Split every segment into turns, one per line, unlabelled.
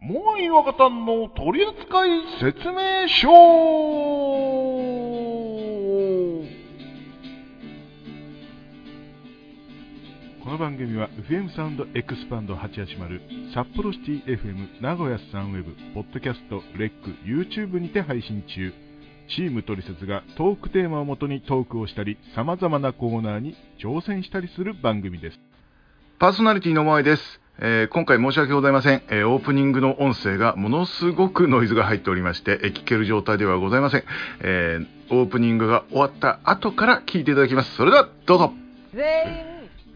もう岩方の取り扱い説明書
この番組は FM サウンドエクスパンド880札幌シティ FM 名古屋スタンウェブポッドキャストレック YouTube にて配信中チームトリセツがトークテーマをもとにトークをしたりさまざまなコーナーに挑戦したりする番組です
パーソナリティの前です、えー今回申し訳ございません、えーオープニングの音声がものすごくノイズが入っておりまして、えー聞ける状態ではございません、えーオープニングが終わった後から聞いていただきますそれではどうぞ
全員、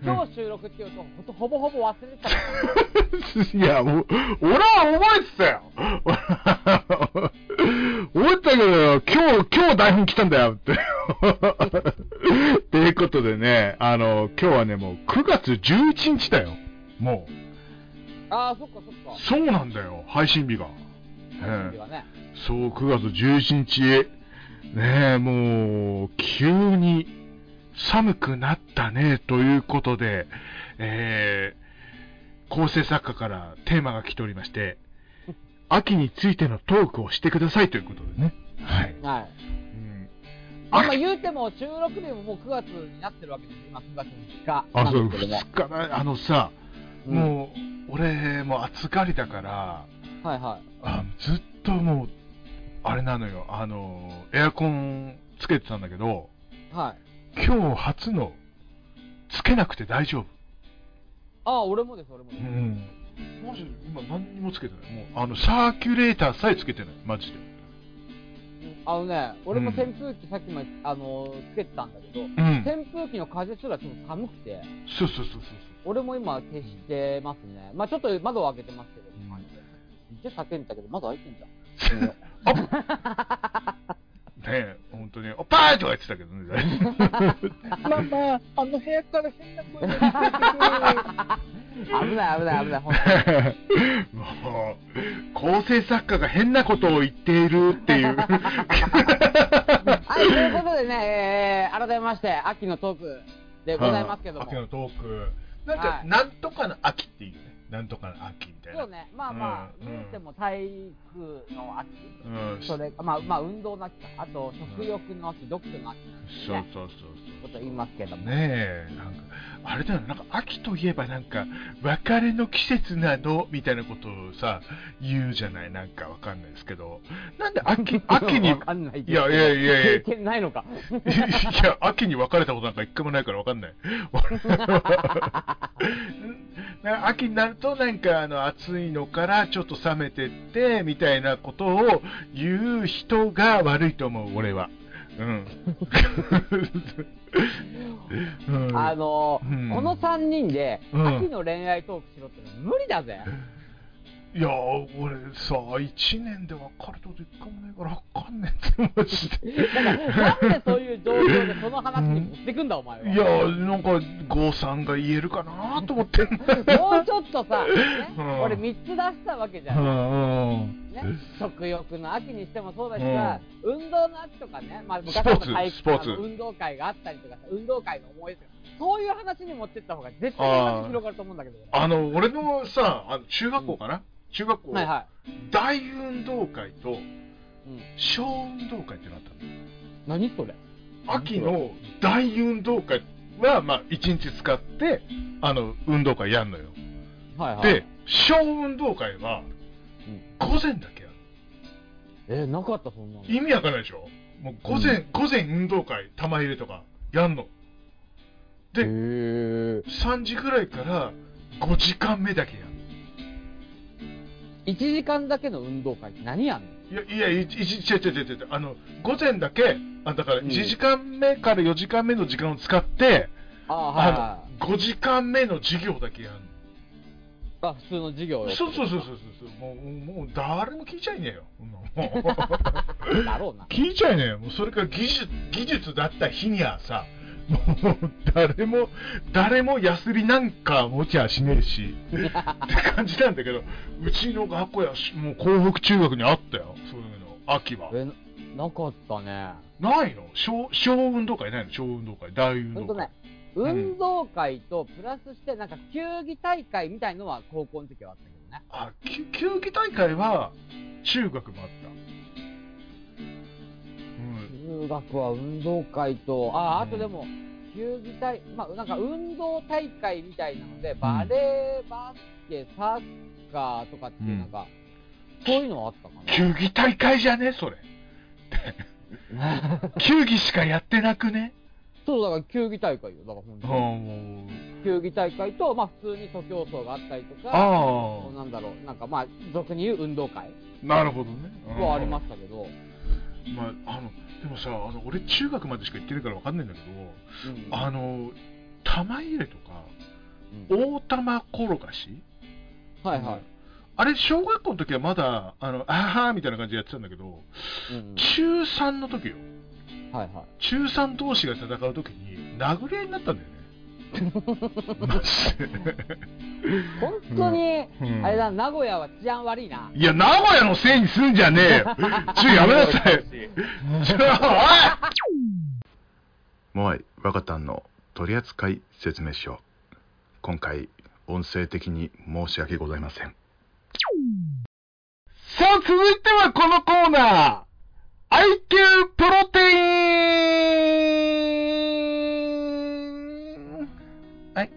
今日収録っていうと、ほとほぼほぼ忘れてたから。
いや、もう、俺は覚えてたよ。 覚えてたけどよ、今日、今日台本来たんだよって。 ということでね、あの、今日はね、もう9月11日だよ。も
ああ、そっかそっ
う。
か。
そうなんだよ、配信日が。
準
え
備がね。
えそう、9月11日。ねえ、もう、急に寒くなったね、ということで、えー、構成作家からテーマが来ておりまして、秋についてのトークをしてくださいということでね。はい。
はい。
うん、
あんま言うても、収録日ももう9月になってるわけです。今9月2日
あ、
な、
そうん
ですけども。
2日なあのさ、
うん
もう、俺、もう暑がりだから、
はいはい。
あずっともう、あれなのよ、あの、エアコンつけてたんだけど、
はい。
今日初のつけなくて大丈夫、
ああ、俺もです、俺もです。
マジで今何にもつけてないもうあのサーキュレーターさえつけてないマジで
あのね、俺も扇風機さっきまで、あのー、つけてたんだけど、
うん
扇風機の風すらちょっと寒くて、
そうそうそうそう
俺も今消してますね。まあちょっと窓を開けてますけど、
うん
じゃ叫んだけど、窓開いてんじゃん。
そうねえ本当に「おっぱい!」とか言ってたけど ね
ママ、あの部屋から変な声が聞こ
危ない危ない危ない、ほんと
もう構成作家が変なことを言っているっていう
はい、ということでね、えー、改めまして、秋のトークでございますけども、
秋のトークなんか、
はい
なんとかの秋っていうねなんとかの秋みたいな
そうね、まあまあ、
うん
言うても体育の秋、
うん
それまあまあ、運動の秋か、あと食欲の秋、読書の秋
そうそうそう
こ
そう
と言いますけども、
ねえなんかあれだよねなんか秋といえばなんか別れの季節なのみたいなことをさ言うじゃないなんかわかんないですけどなんで 秋秋に
わかんないけど
いやいやいやいや
経験ないのか、
いや秋に別れたことなんか一回もないからわかんない なんか秋になるとなんかあの暑いのからちょっと冷めてってみたいなことを言う人が悪いと思う俺はうん うん
あの
うん
この3人で、
うん
秋の恋愛トークしろってのは無理だぜ、
いやー、俺さ、1年で別れたこと1回もないから、わかんねえって、マジ で。
なんでそういう状況でその話に持ってくんだ、お前は。
いやー、なんか、郷さんが言えるかなと思って。
もうちょっとさ、ね
うん
俺3つ出したわけじゃ、
うんん
ね、食欲の秋にしてもそうだしさ、運動の秋とかね、まあ、昔
スポーツ
体育
スポーツ
あの運動会があったりとかさ運動会の思い出とかそういう話に持ってった方が絶対話広がると思うんだけど
あの、俺のさ、あの中学校かな、中学校、
はいは
大運動会と
い、うん、
小運動会ってなったの。
何それ
秋の大運動会は、まあ、1日使って、あの、運動会やんのよ。
はいはい
で、小運動会は、午前だけやる。
えなかったそんなの
意味わかんないでしょもう午前、午前運動会玉入れとかやんので
1
3時ぐらいから5時間目だけやん
時間だけの運動会って何やんの
いやいやいちいち違う違う違う違うあの午前だけあだから
うん
1時間目から4時間目の時間を使って、
ああはい
あ
はい
の5時間目の授業だけやんの
あ普通の授業を
そうそうそうそうそうそうもうもう誰も聞いちゃいねえよそんなもう
だろうな
聞いちゃいねもうそれが技術技術だった日にはさもう誰も誰もヤスリなんか持ちゃしねえしって感じなんだけどうちの学校やしもう港北中学にあったよそういうの秋は
えななかったね
ないの小小運動会ないの小運動会大運
ほ
動
んと
会、
ね、運動会とプラスして、なんか球技大会みたいのは高校の時はあったけどな。
あき球技大会は中学もあった、うん、
中学は運動会と、あ、あとでも、球技大、まあ、なんか運動大会みたいなので、バレー、バスケ、サッカーとかっていう、なんか、そういうのはあったかな。
球技大会じゃねそれ球技しかやってなく ね
そう、だから球技大会よ。だから本
あ
当
あ
に。
もう
球技大会と、まあ、普通に徒競走があったりとか、
あ
なんだろう、なんかまあ、俗に言う運動会
あなるほどね、
はありますしたけど、
まあ、あのでもさあの俺中学までしか行ってないからわかんないんだけど
うん
あの玉入れとか
うん
大玉転がし
はいはい。
あれ小学校の時はまだあのあはーみたいな感じでやってたんだけど
うん
中3の時よ
はいは
中3同士が戦う時に殴り合いになったんだよね マジ
い。本当に、
で、うん
あれだ、名古屋は治安悪いな。
いや名古屋のせいにすんじゃねえよちょやめなさいちょおい
モアイ若旦の取扱説明書今回音声的に申し訳ございません
さあ、続いてはこのコーナー !IQ プロテインはい。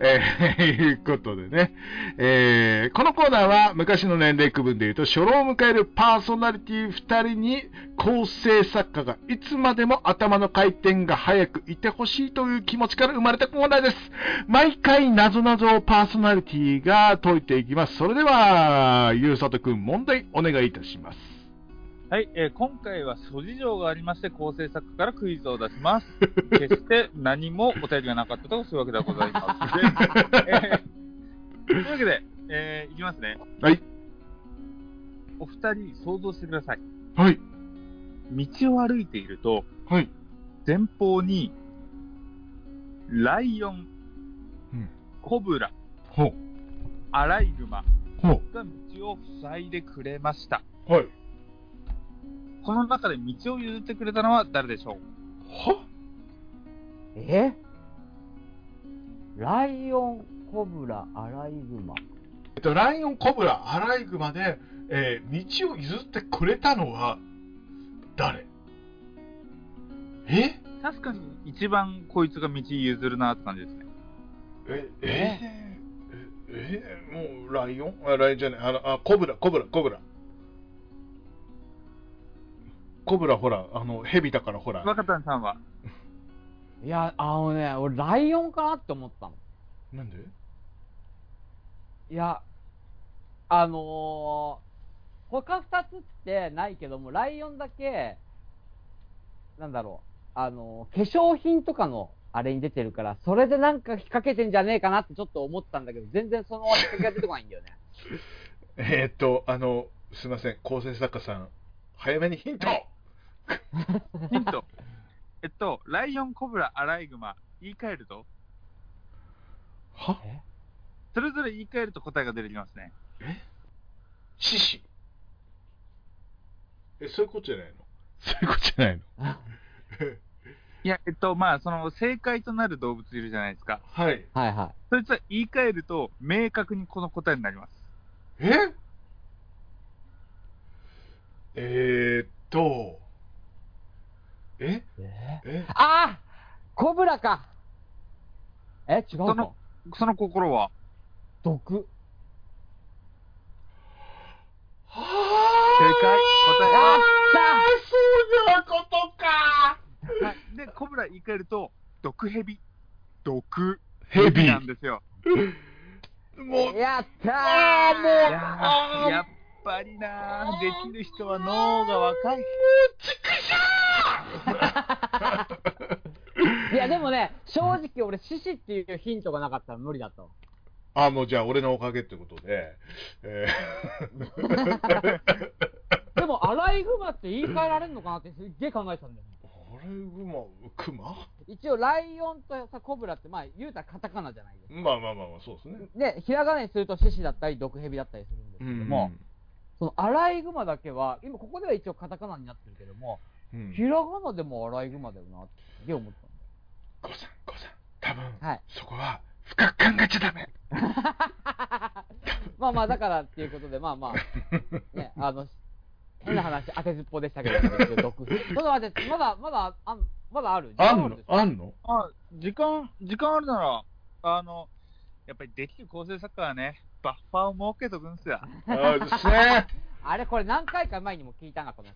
えー、いうことでね、えー、このコーナーは昔の年齢区分で言うと初老を迎えるパーソナリティ2人に構成作家がいつまでも頭の回転が早くいてほしいという気持ちから生まれたコーナーです。毎回謎々をパーソナリティが解いていきます。それでは、ゆうさとくん、問題お願いいたします。
はい、えー今回は諸事情がありまして、構成作家からクイズを出し ます。決して何もお便りがなかったとそういうわけではございます。 えーというわけで、えーいきますね。
はい。
お二人、想像してください。
はい。
道を歩いていると、
はい
前方に、ライオン、
うん
コブラ、
ほう。
アライグマ
ほう。
が道を塞いでくれました。
はい。
この中で道を譲ってくれたのは誰でしょう
は
えライオン、コブラ、アライグマ。
えっと、ライオン、コブラ、アライグマで、えー道を譲ってくれたのは、誰え
確かに一番こいつが道譲るなって感じですね。
え、えええもう、ライオンあ、ライオンじゃない、あの、あ、コブラ、コブラ、コブラ。コブラ、ほら、あの、ヘビだから、ほら。
若田さん は、
いや、あのね、俺、ライオンかなって思ったの。
なんで
いや、あのー、他二つってないけども、ライオンだけ、なんだろう、あのー化粧品とかのあれに出てるから、それでなんか引っ掛けてんじゃねえかなってちょっと思ったんだけど、全然その引っ掛けが出てこないんだよ ね。
えー、っと、あの、すいません、構成作家さん、早めにヒント、
ヒント。えっと、ライオン、コブラ、アライグマ、言い換えると、
は
それぞれ言い換えると答えが出てきますね。
獅子。え、そういうことじ ゃないのそういうことじゃないの
いや、えっと、まあ、その、正解となる動物いるじゃないですか。
はい。
はいはい。
そいつは言い換えると、明確にこの答えになります。
ええー、っと、ええ
ああコブラかえ、違う
そ
の
のその心は、
毒。
正解、答えは、
そういうことか
はい、で、コブラ言い換えると、毒蛇。毒
ヘビ
なんですよ。
もう、
やった
い
ーもう
やーやっぱりなー、できる人は脳が若い。
いや、でもね、正直俺、獅子っていうヒントがなかったら無理だったわ。
あ、もうじゃあ俺のおかげってことで、えー
でも、アライグマって言い換えられるのかなってすっげえ考えてたんだよね。
あれ、グマ、クマ
一応、ライオンとさ、コブラって、まあ、言うたらカタカナじゃないです
まあまあまあまあ、そうですね。
か。で、ひらがなにすると獅子だったり、毒蛇だったりするんですけども、そのアライグマだけは、今ここでは一応カタカナになってるけども、
うん、うん
ひらがなでもアライグマだよなってすげえ思ったんだよ
ゴーさん、ゴーさん、多分、
はい
そこは
深く考えちゃダメ。
まあまあ、だからっていうことで、まあまあ、ね、あの、変な話、当てずっぽうでしたけど、毒まだ待って、まだ、まだ、あんまだある。
あん
まだ
の
る
あんの
あ、時間、時間あるなら、あの、やっぱりできる構成作家はね、バッファーを設けとくんすよ。
ああ、ですね。
あれ、これ何回か前にも聞いたな、この。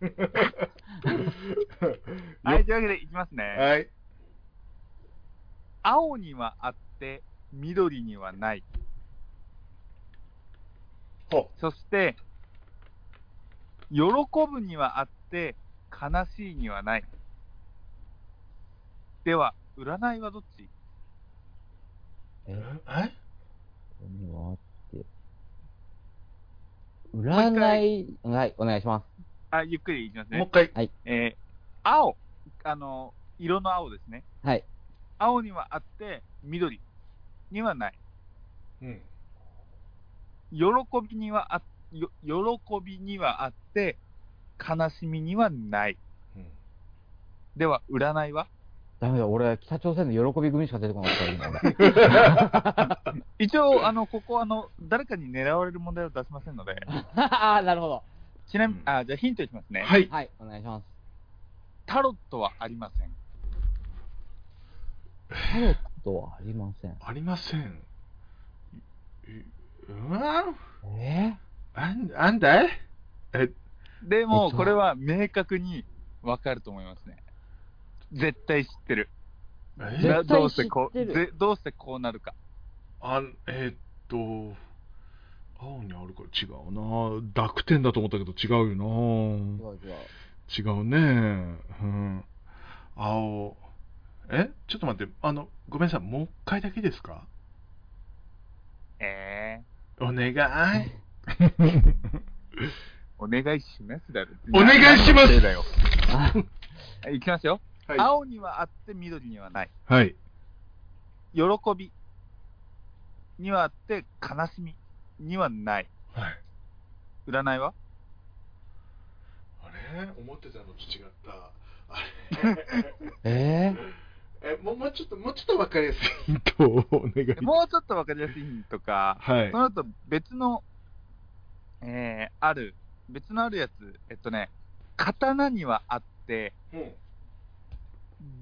はい、というわけでいきますね。
はい。
青にはあって、緑にはない。
ほ
そして、喜ぶにはあって、悲しいにはない。では、占いはどっち
え
今あって。占い、はい、お願いします。
あ、ゆっくりいきます
もう一
ね。
回。
えー青、あの、色の青ですね。
はい。
青にはあって、緑にはない。
うん。
喜びにはあ、よ喜びにはあって、悲しみにはない。
うん
では、占いは
ダメだ、俺、北朝鮮の喜び組しか出てこなかった今俺
一応、あの、ここ、あの、誰かに狙われる問題を出しませんので、
ああ、なるほど。
ちなみに、あ、じゃあヒントいきますね。
はい。
はい、お願いします。
タロットはありません。
タロットはありません。
ありません。
うわ
え
あん、あんだい
で
え
も、
っと
これは明確に分かると思いますね。絶対知ってる。
え
絶対
どうしてこう、
知ってる
ぜどうしてこうなるか。
あえーっと、青にあるから違うな濁点だと思ったけど違うよ
ー、違
な
う違う。
違うねうん。青。えちょっと待って、あの、ごめんなさい、もう一回だけですか
ええ
お願い。
お願いしますだろ。
お願いします
だよ。
あ
はいいきますよ。
はい
青にはあって、緑にはない。
はい。
喜びにはあって、悲しみにはない。
はい
占い は
あれ思ってたのと違った。
え
え、もうもうちょっと、もうちょっとわかりやすい ヒントをお願い。
もうちょっとわかりやすいヒントか、
はい
そ。の後別の、えー、ある、別のあるやつ、えっとね、刀にはあって、
うん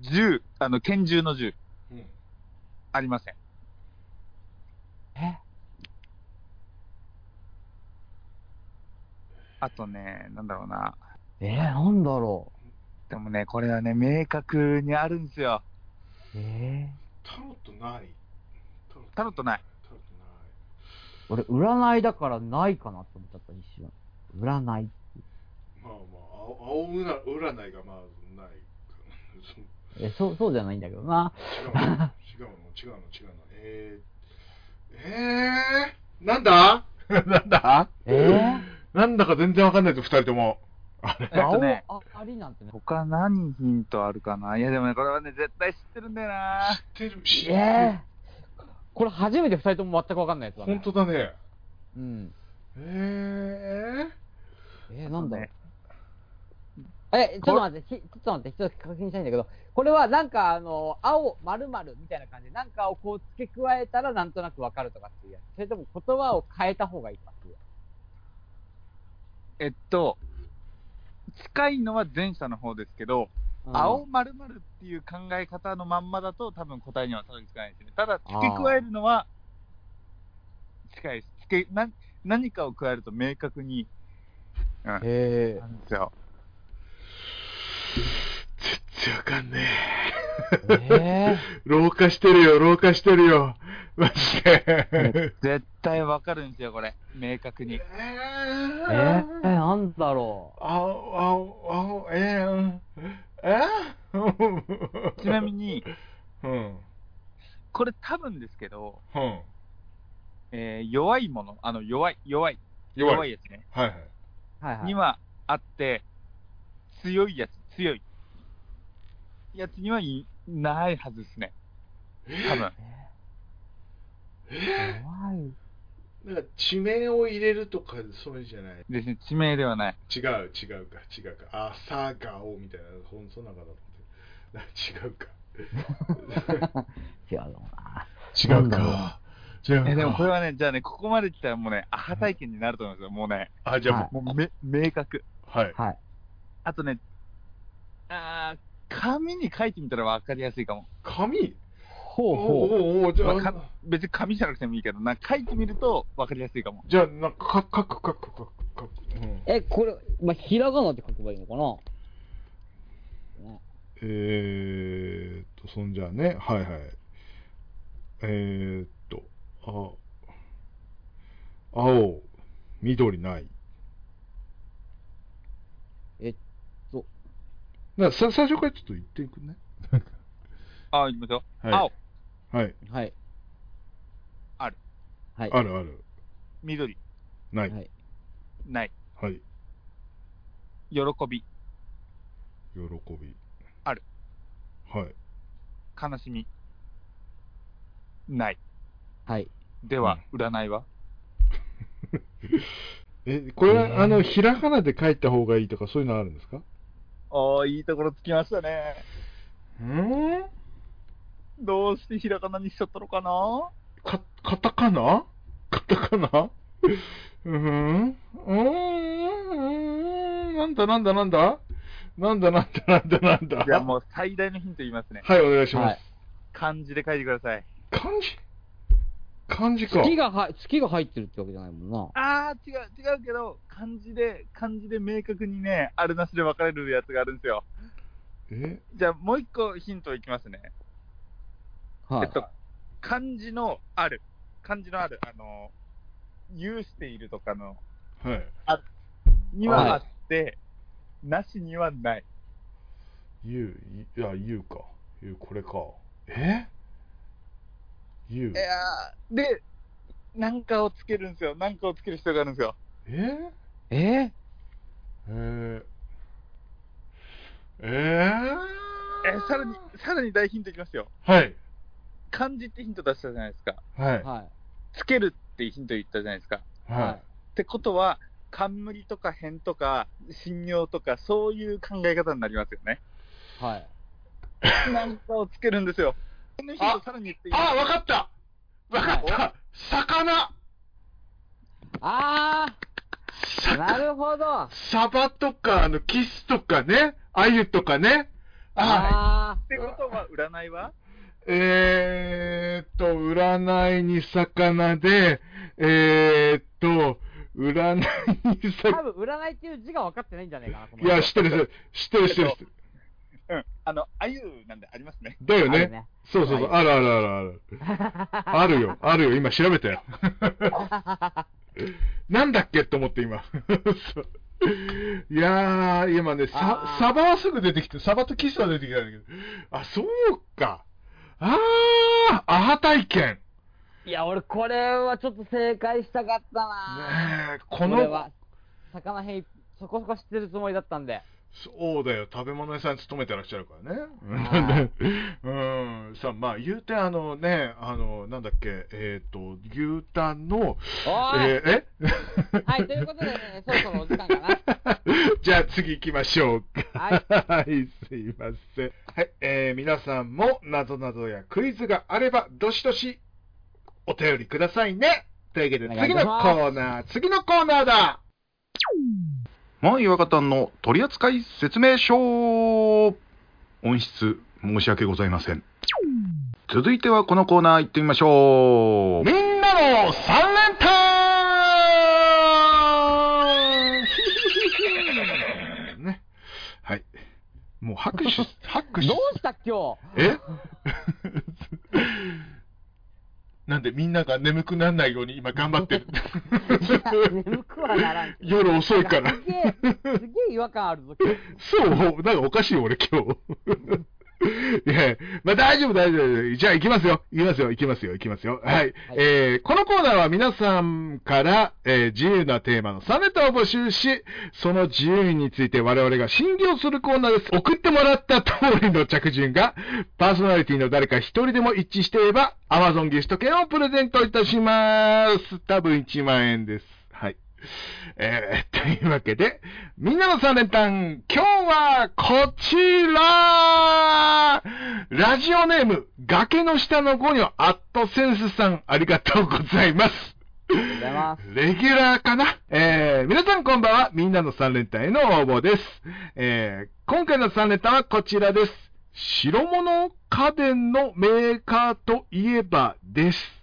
銃、あの、拳銃の銃、
うん
ありません。
え
あとね、なんだろうな。
えー、なんだろ
でもね、これはね、明確にあるんですよ。
う。え
タロットない。
タロットない。
タロットない。
ー、俺、占いだからないかなって思っちゃった、一瞬。占い。
まあまあ、青青うな占いがまあないそう
え、そう、そうじゃないんだけどな。
違うの、違うの、違うの、違うの。えー、えー、なんだなんだ
えー、
なんだか全然わかんないです、二人とも。
えっとね、
青あ、ありなんてね。
他何ヒントあるかないやでもね、これはね、絶対知ってるんだよな。
知ってる、知ってる。
え
これ初めて二人とも全く分かんないやつだね。
本当だね。
うん。
え
ー、えー、なんだろう
ね。
え、ちょっと待って、ひちょっと待って、ちょっと確認したいんだけど、これはなんか、あの、青、丸々みたいな感じで、なんかをこう付け加えたらなんとなくわかるとかっていうやつ。それとも言葉を変えた方がいいかっていうや
えっと、近いのは前者の方ですけど、
つ。うん
青丸々っていう考え方のまんまだと多分答えにはたどり着かないですね。ただ、付け加えるのは近いです。付けな何かを加えると明確に
え
なんですよ。
ー、全然わかんね
ー、え
え。老化してるよ、老化してるよ。マジで。
絶対わかるんですよ、これ。明確に。
え
ー、
ー、
えー、なんだろう。
青、青、青、えーうん、えー、
ちなみに、
うん、
これ多分ですけど、
うん。
えー弱いもの、あの、弱い、弱い、
弱い。
やつね。
はいはい。
はいはい。
にはあって、強いやつ、強い。やつにはいないはずですね。多分。
怖い。
なんか地名を入れるとかそういうじゃない
ですね、地名ではない。
違う違うか違うかあ朝顔みたいなほんそんなかだと思ってな違うか
違うのかな。
違
な
うん
だろう
か。違うか。
えでもこれはね、じゃあね、ここまで来たらもうね、アハ体験になると思うんですよ。もうね、
あ、じゃあも
もうめ明確。
う、はい。
はい。
あとね、あー紙に書いてみたらわかりやすいかも。
紙
ほ
おおおおじゃ
まあ
あ
か、別に紙じゃなくてもいいけど、なんか書いてみるとわかりやすいかも。
じゃあ、なんか、か、かく、かく、かく、かく。うん
え、これ、まあ、ひらがなって書けばいいのかな
えーっと、そんじゃあね、はいはい。えーっと、あ、青、緑ない。
えっと。
なさ最初からちょっと言っていくね。
あー、いきますよ。
はい、
青、
はい、
はい。はい
あるある。
緑、
ない。
は
はいい。
ない、喜び、
喜び。
ある。
はい。
悲しみ、ない。
はい。
では、占いは
え、これは、あの、ひらがなで書いた方がいいとか、そういうのあるんですか
おー、いいところつきましたね。
うん
どうしてひらがなにしちゃったのか な
か、カタカナカタカナうんうーん、なんだなんだなんだなんだなんだなんだなんだ
じゃあもう最大のヒント言いますね。
はい、お願いします。
はい
漢字で書いてください。
漢字漢字か。
月がは、月が入ってるってわけじゃないもんな。
あー、違う、違うけど、漢字で、漢字で明確にね、あるなしで分かれるやつがあるんですよ。
え
じゃあもう一個ヒントいきますね。
は
え
い
っ。と、漢字のある、漢字のある、あの、有しているとかの、
はい。
に
はい
はあって、なしにはない。
ゆう、いや、ゆうか。ゆう、これか。えゆう
い。やーで、なんかをつけるんですよ。なんかをつける必要があるんですよ。
え
え
えー、えー、
えーさらに、さらに大ヒントいきますよ。
はい。
漢字ってヒント出したじゃないですか。
はい。
は
つけるってヒント言ったじゃないですか。
は
ってことは、冠とか辺とか、信用とか、そういう考え方になりますよね。
い。はい。
なんかをつけるんですよ。このヒントさらに言って
い。
いいですか
あ、わかったわかった魚
あー、なるほど。あ
サバとか、あの、キスとかね、アユとかね。あ
あ
ってことは、占いは
えーっと、占いに魚で、えーっと、占いに
ー、多
魚、
分占いっていう字が分かってないんじゃないかな、この
いや、知ってる、知ってる、知ってる、知ってる。
うん。あの、あゆなんでありますね。
だよ
ある
ね。
ね。
そうそうそう、あるあるあるある。あるよ、あるよ、今調べ たよ。なんだっけと思って今。 そういやー、今ね、
あ
サ
ー
サバはすぐ出てきて、サバとキスは出てきたんだけど、あ、そうか。あー、アハ体験。
いや、俺、これはちょっと正解したかったな
ねえ、
こ
こ
れ
の
は、、魚へい、そこそこ知ってるつもりだったんで。
そうだよ、食べ物屋さんに勤めてらっしゃるからね。
はい
うん、さあ、まあ、言うて、あのね、あの、なんだっけ、えっ、と、牛タンの、
おーい、
えーえ
はい、ということでね、そろそろお時間かな。
じゃあ次行きましょうか。
はい
はい、すいません。はい、えー皆さんも謎などやクイズがあれば、どしどしお便りくださいね。というわけで、
お願い
次
し
の
ます
コーナー、次のコーナーだ
まあ、岩方の取扱説明書音質申し訳ございません続いてはこのコーナー行ってみましょう
みんなの三連 単ね。はい。もう拍手、 拍手。
どうした今
えなんでみんなが眠くならないように今頑張ってる。
日眠くはならんけど。
夜遅いから。
すげえ、すげえ違和感あるぞ、今日。
そう、なんかおかしいよ俺今日。 いや、まあ大丈夫大丈夫。じゃあ行きますよ。行きますよ。行きますよ。行きますよ。はい。えーこのコーナーは皆さんから、えー自由なテーマの3ネタを募集し、その自由について我々が審議をするコーナーです。送ってもらった通りの着順が、パーソナリティの誰か一人でも一致していれば、Amazon ギフト券をプレゼントいたします。多分1万円です。はい。えー、 というわけで、みんなの3連単、今日はこちらラジオネーム、崖の下の5女、アットセンスさん、ありがとうございます。
りがとうございます。
レギュラーかなえー、皆さんこんばんは、みんなの三連単への応募です。えー、今回の三連単はこちらです。白物家電のメーカーといえばです。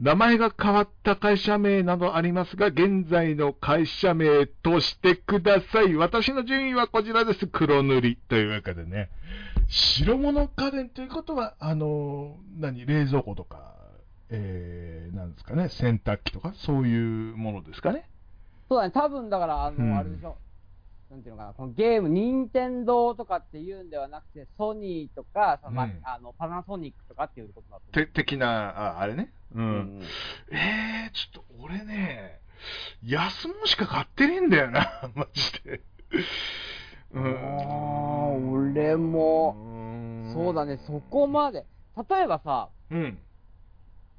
名前が変わった会社名などありますが、現在の会社名としてください。私の順位はこちらです。黒塗り。というわけでね。白物家電ということは、あのー何、冷蔵庫とか、えー、なんですかね、洗濯機とか、そういうものですかね。
そうだね、多分だから、あの、
うん
あれでしょ。なんていうのかな、このゲーム、任天堂とかっていうんではなくて、ソニーとか、そのま
うん
あのパナソニックとかっていうことだと思
て、
う。
的な、ああれね。う。
うんん
えー、ちょっと俺ね、安物しか買ってねえんだよな、 マジで。う
あ
ん。
ー俺も、
ん
そうだね、そこまで。例えばさ、
うん。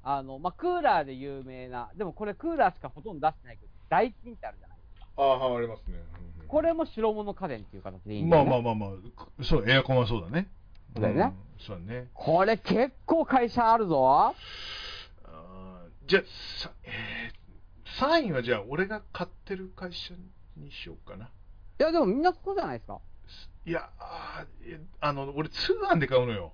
あの、まあ、クーラーで有名な、でもこれクーラーしかほとんど出してないけど、ダイキンってあるじゃない
ああ、はいありますね。うん
これも白物家電っていう形でいいん
ま
だよ
あ
ね。
まあまあまあ、そう、エアコンはそうだね。
そうだよね
ん。そうだね。
これ結構会社あるぞ。
あーじゃあ、さえー、3位はじゃあ、俺が買ってる会社にしようかな。
いや、でもみんなそうじゃないですか。
いや、あーえあの、俺、通販で買うのよ。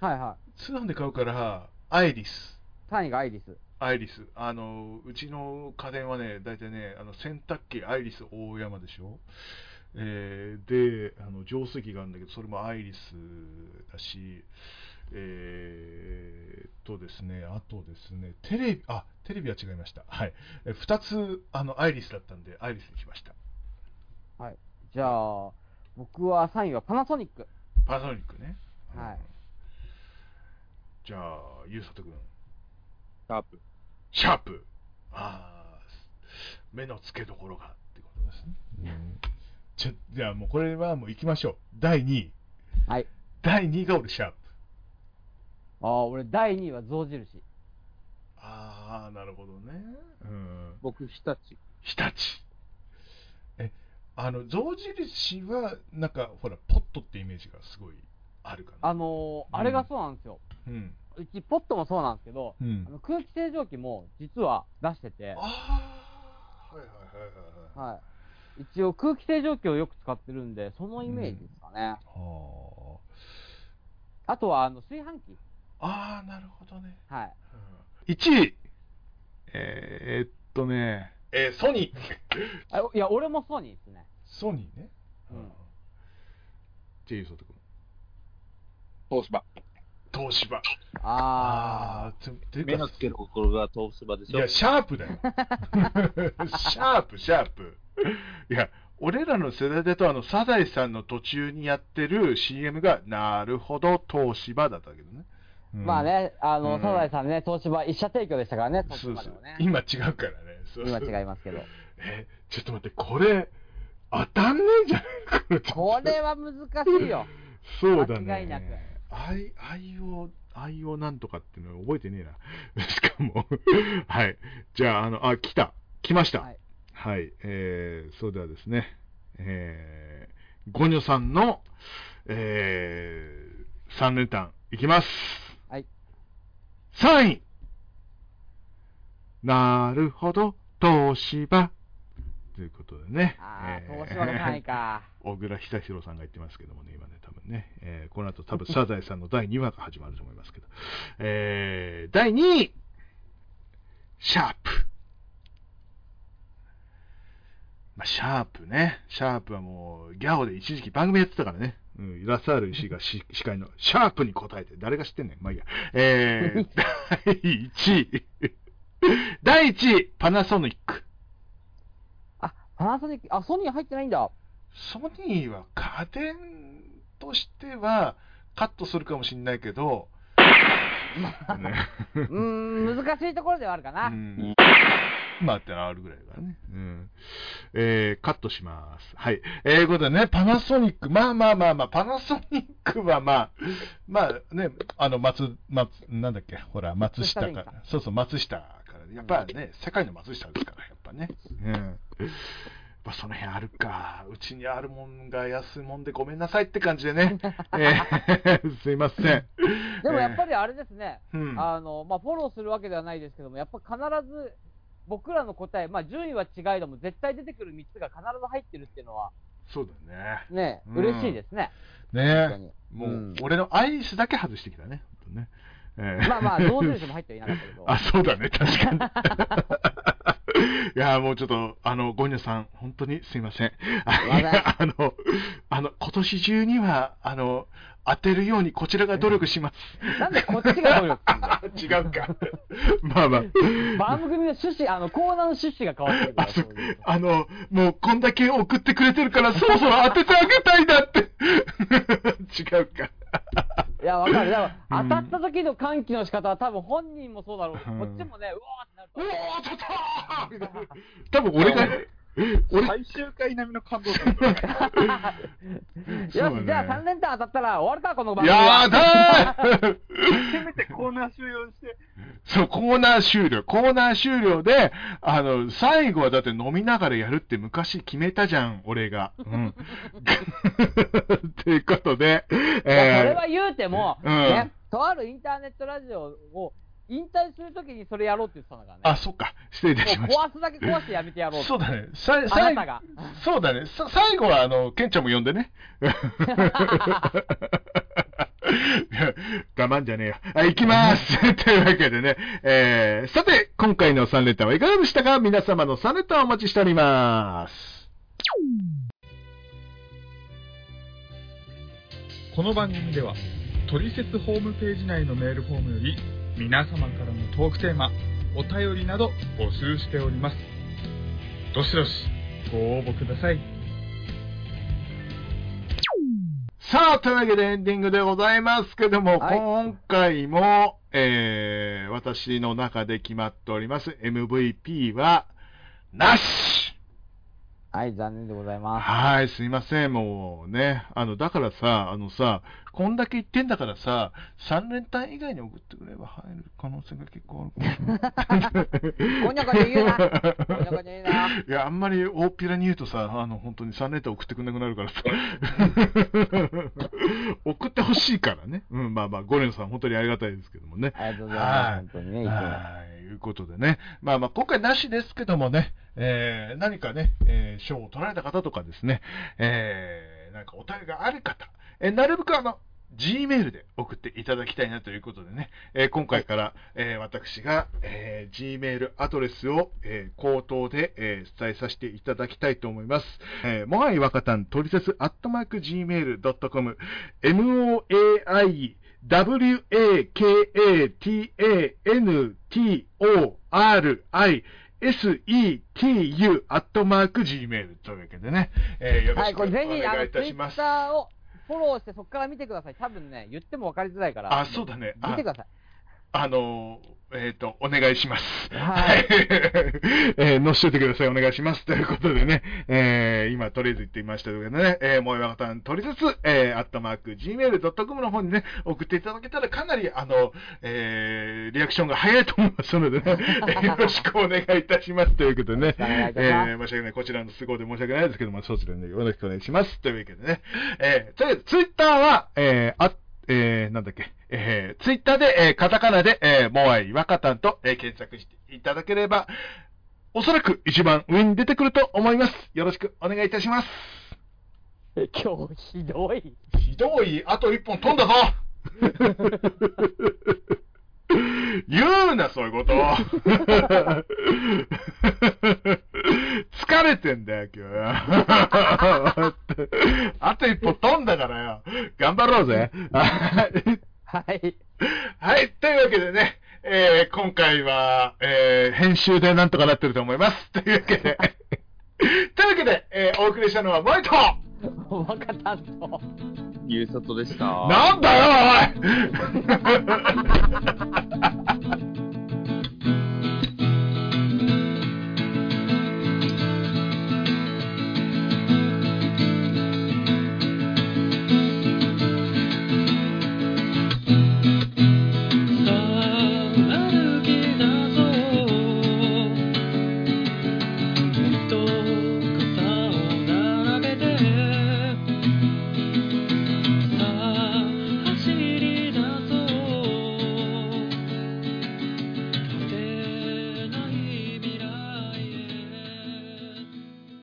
はいは
通販で買うから、アイリス。
い。単位がアイリス。
アイリス。あの、うちの家電はね、大体ね、あの洗濯機、アイリス大山でしょ。えーで、あの浄水器があるんだけど、それもアイリスだし、えーっとですね、あとですね、テレビ、あ、テレビは違いました。はい。え2つ、あの、アイリスだったんで、アイリスにしました。
じゃあ、僕は3位はパナソニック。
パナソニックね。
はい
うん。じゃあ、ゆうさとくん。
シャープ。
シャープ。ああ、目の付けどころがってことですね。ちょじゃあもうこれはもう行きましょう。第2位。
はい。
第2位が俺シャープ。
ああ、俺第2位は象印。
ああ、なるほどね。うん。
僕、日立。
日立。え、あの、象印は、なんか、ほら、ポットってイメージがすごいあるかな。
あのーあれがそうなんですよ。
うん。
うちポットもそうなんですけど、
うん
あの空気清浄機も実は出してて、
ああ、はいはいはいはいはい。
はい。一応空気清浄機をよく使ってるんで、そのイメージですかね。
は
あとは、あの、炊飯器。
ああー、なるほどね。
はい。
1位。えー、っとね。えーソニー。
あいや、俺もソニーですね。
ソニーね。
うん
ジェイソト君。
東芝。
東芝。
あ
あー、つていうか
目の付ける心が東芝でし
い
ょ
や、。シャープだ よ。シャープ、シャープ。いや、俺らの世代だと、あの、サザエさんの途中にやってる CM が、なるほど、東芝だったけどね。う
あ、
ん
まあ。ね、あの、
うん
サザエさんね、東芝一社提供でしたからね、東
そう
芝で
そう
もね。。
今違うからね。そうそう
今違いますけど。
え、ちょっと待って、これ、当たんねえんじゃない か
これは難しいよ。
そうだね。
間違いなく
あい、あいお、あいおなんとかっていうの覚えてねえな。 しかも、はい。じゃあ、あの、あ、来た。来ました。は
はいい。
えー、それではですね、えー、ゴニョさんの、えー、3連単、いきます。
はい。
3位。なるほど、東芝。ということでね。
ああ、
えー
東芝の単位か。
小倉久弘さんが言ってますけどもね、今ね、多分ね、えーこの後多分サザエさんの第2話が始まると思いますけど、えー第2位、シャープ。まあ、シャープね、シャープはもう、ギャオで一時期番組やってたからね、うん、ラサール石がし司会のシャープに答えて、誰が知ってんねん、まあいいや、え ー第1位、第1位、パナソニック。
あ、パナソニック、あ、ソニー入ってないんだ。
ソニーは家電としてはカットするかもしれないけど、ね
うーん、難しいところではあるかな。
うんまあってのはあるぐらいだからね。うん。えーカットします。はい。えー、ことでね、パナソニック、まあまあまあまあ、パナソニックはまあ、まあね、あの、松、松、なんだっけ、ほら、松下か
松下電
ら、そうそう、松下から、やっぱね、世界の松下ですから、やっぱね。うん。まあ、その辺あるか。うちにあるもんが安いもんでごめんなさいって感じで ね。えー すいません。
でもやっぱりあれですね、
うん。
あのまあ、フォローするわけではないですけども、やっぱ必ず僕らの答え、まあ、順位は違いども、絶対出てくる3つが必ず入ってるっていうのは、
そうだね。
ね、
うん
嬉しいですね。
確か
ね
に。
え。もう、
うん
俺のアイリッシュだけ外してきたね。ほんとねえー
まあまあ、同印も入ってはいなかったけ ど、
あ、そうだね、確かに。 いやー、もうちょっと、あの、ゴニョさん、本当にすいません。
わざ
あの、あの、今年中には、あの、当てるようにこちらが努力します。
なんでこっちが努力するんだよ
違うか。まあまあ。
番組の趣旨、あの、コーナーの趣旨が変わってくるか
あ
ら、
そ
そういう
あの、もうこんだけ送ってくれてるから、そろそろ当ててあげたいなって。 違うか。
いや、わかる。だから、
うん
当たった時の歓喜の仕方は多分本人もそうだろうし、
うん
こっちもね、うわーってなる
う
と
おー、当たったーみた
思う。
いな。多分俺が、俺、
最終回並みの感動す る。
そうだ
よ
ね
し、じゃあ3連単当たったら終わるか、この番組は。
やだー
せ めてコーナー終了して、
そう、コーナー終了。コーナー終了で、あの、最後はだって飲みながらやるって昔決めたじゃん、俺が。うん。 ということで、
いやそれ
え
は言うても、
うん
ね、とあるインターネットラジオを引退するときにそれやろうって言ってたんだから
ー、あ、
ね。
そっか、失礼いたし
も
ま
う
し
壊すだけ壊してやめてやろ
た。
うって
そうだね。さい
あ
最
なたが。
そうだね。さ最後は、あの、ケンちゃんも呼んで ね。いや我慢じゃねえよ。あ、行きます というわけでね。えー、さて、今回の3連単はいかがでしたか皆様の3連単をお待ちしております。
この番組では、トリセツホームページ内のメールフォームより、皆様からのトークテーマ、お便りなど募集しております。どしどしご応募ください。
さあ、というわけでエンディングでございますけども、
はい
今回も、えー、私の中で決まっております MVP は、なし
はい、残念でございま
はい、すいません、もうね。あの、だからさ、あのさ、こんだけ言ってんだからさ、3連単以外に送ってくれば入る可能性が結構あるかもしれない。
ごにょごにょ 言うなごにょごにょ言うない
や、あんまり大っぴらに言うとさ、あの、本当に3連単送ってくれなくなるからさ。送ってほしいからね。うん、まあまあ、ゴレンさん、本当にありがたいですけどもね。
ありがとうございます。
はい
本当にね、いつも
はい、いうことでね。まあまあ、今回なしですけどもね、えー何かね、えー賞を取られた方とかですね、えーなんかお便りがある方、えーなるべくあの、Gmail で送っていただきたいなということでね、えー今回から、えー私が、えー Gmail アドレスを、えー口頭で、えー伝えさせていただきたいと思います。えーもはいわかたん、トリセツアットマーク Gmail.com、MOAI wakatantori.setu アットマーク gmail というわけでね、えーよろ
は
し
い、
く
こ
お
れぜひ、あ
願
の、
いい
ツ
た
イ
しま
ッ
す。
ターをフォローして、そこから見てください。多分ね、言っても分かりづらいから。
あ、そうだね。
見
あ
てください。
あのー、えっ、と、お願いします。。
はい
えー、のっしといてください。お願いします。ということでね、えー、今、とりあえず言ってみましたけどね、えー、もうわたん、とりつつ、えー、アットマーク、gmail.com の方にね、送っていただけたら、かなり、あの、えー、リアクションが早いと思いますので ね、えーよろしくお願いいたします。ということでね、
お願いいたします
えー、申し訳ない。こちらの都合で申し訳ないですけども、そちらでよろしくお願いします。というわけでね、えー、とりあえず、ツイッターは、えー、あえー、なんだっけ、えー、ツイッターで、えー、カタカナで、えー、モアイ・ワカタンと、えー検索していただければ、おそらく一番上に出てくると思います。よろしくお願いいたします。
今日、ひどい。
ひどい、あと一本飛んだぞ言うな、そういうこと。疲れてんだよ、今日。あと一歩飛んだからよ。頑張ろうぜ。
はい。
はい、というわけでね、えー今回は、えー編集でなんとかなってると思います。というわけで、というわけで、えーお送りしたのは、モイト
若田と。
ゆうさとでした。
なんだよ、おい